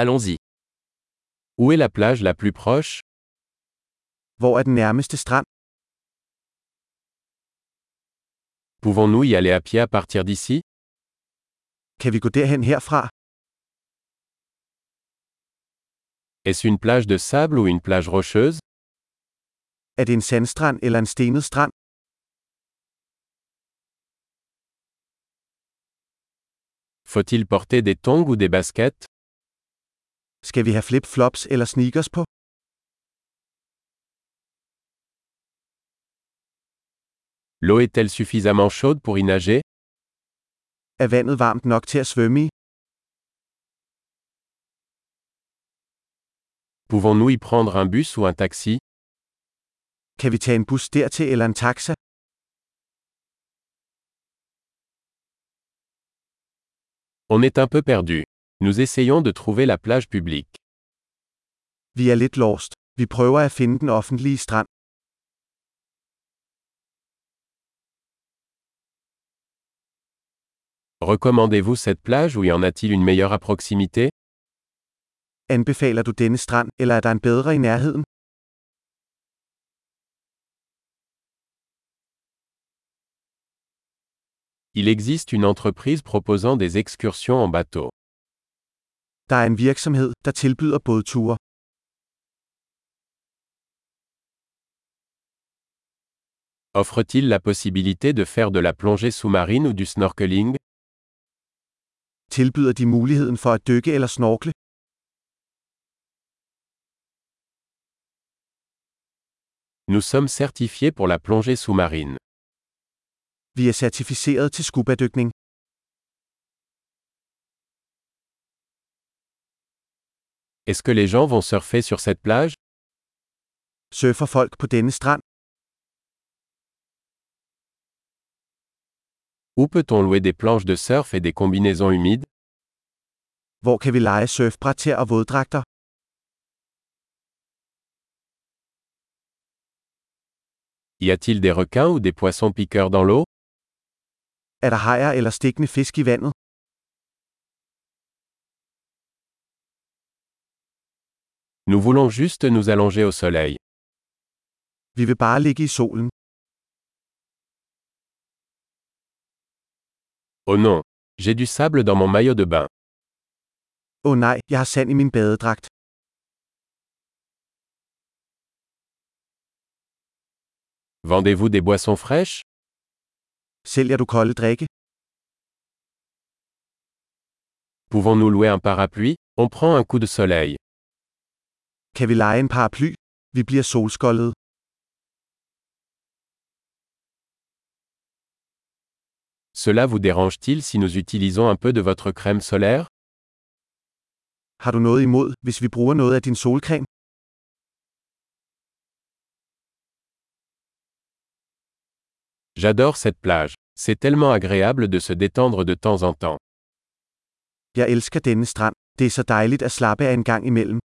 Allons-y. Où est la plage la plus proche Hvor er den nærmeste strand? Pouvons-nous y aller à pied à partir d'ici Kan vi gå derhen herfra? Est-ce une plage de sable ou une plage rocheuse Er det en sandstrand eller en stenet strand? Faut-il porter des tongs ou des baskets Skal vi have flip-flops eller sneakers på? L'eau est-elle suffisamment chaude pour y nager Er vandet varmt nok til at svømme i? Pouvons-nous y prendre un bus ou un taxi Kan vi tage en bus dertil eller en taxa? On est un peu perdu. Nous essayons de trouver la plage publique. Vi er lidt lost. Vi prøver at finde den offentlige strand. Recommandez-vous cette plage ou y en a-t-il une meilleure à proximité Anbefaler du denne strand, eller er der en bedre i nærheden? Il existe une entreprise proposant des excursions en bateau. Der er en virksomhed, der tilbyder både ture. Offre-t-il la possibilité de faire de la plongée sous-marine ou du snorkeling Tilbyder de muligheden for at dykke eller snorkle? Nous sommes certifiés pour la plongée sous-marine. Vi er certificeret til skubadykning. Est-ce que les gens vont surfer sur cette plage Surfer folk på denne strand? Où peut-on louer des planches de surf et des combinaisons humides Hvor kan vi lege surfbræt til og våddragter? Y a-t-il des requins ou des poissons piqueurs dans l'eau Er der hajer eller stikkende fisk i vandet? Nous voulons juste nous allonger au soleil. Vi vil bare ligge i solen. Oh non, j'ai du sable dans mon maillot de bain. Åh oh nej, jeg har sand i min badedragt. Vendez-vous des boissons fraîches Sælger du kolde drikke? Pouvons-nous louer un parapluie On prend un coup de soleil. Kan vi lege en paraply? Vi bliver solskoldede. Cela vous dérange-t-il si nous utilisons un peu de votre crème solaire Har du noget imod, hvis vi bruger noget af din solcreme? J'adore cette plage. C'est tellement agréable de se détendre de temps en temps. Jeg elsker denne strand. Det er så dejligt at slappe af en gang imellem.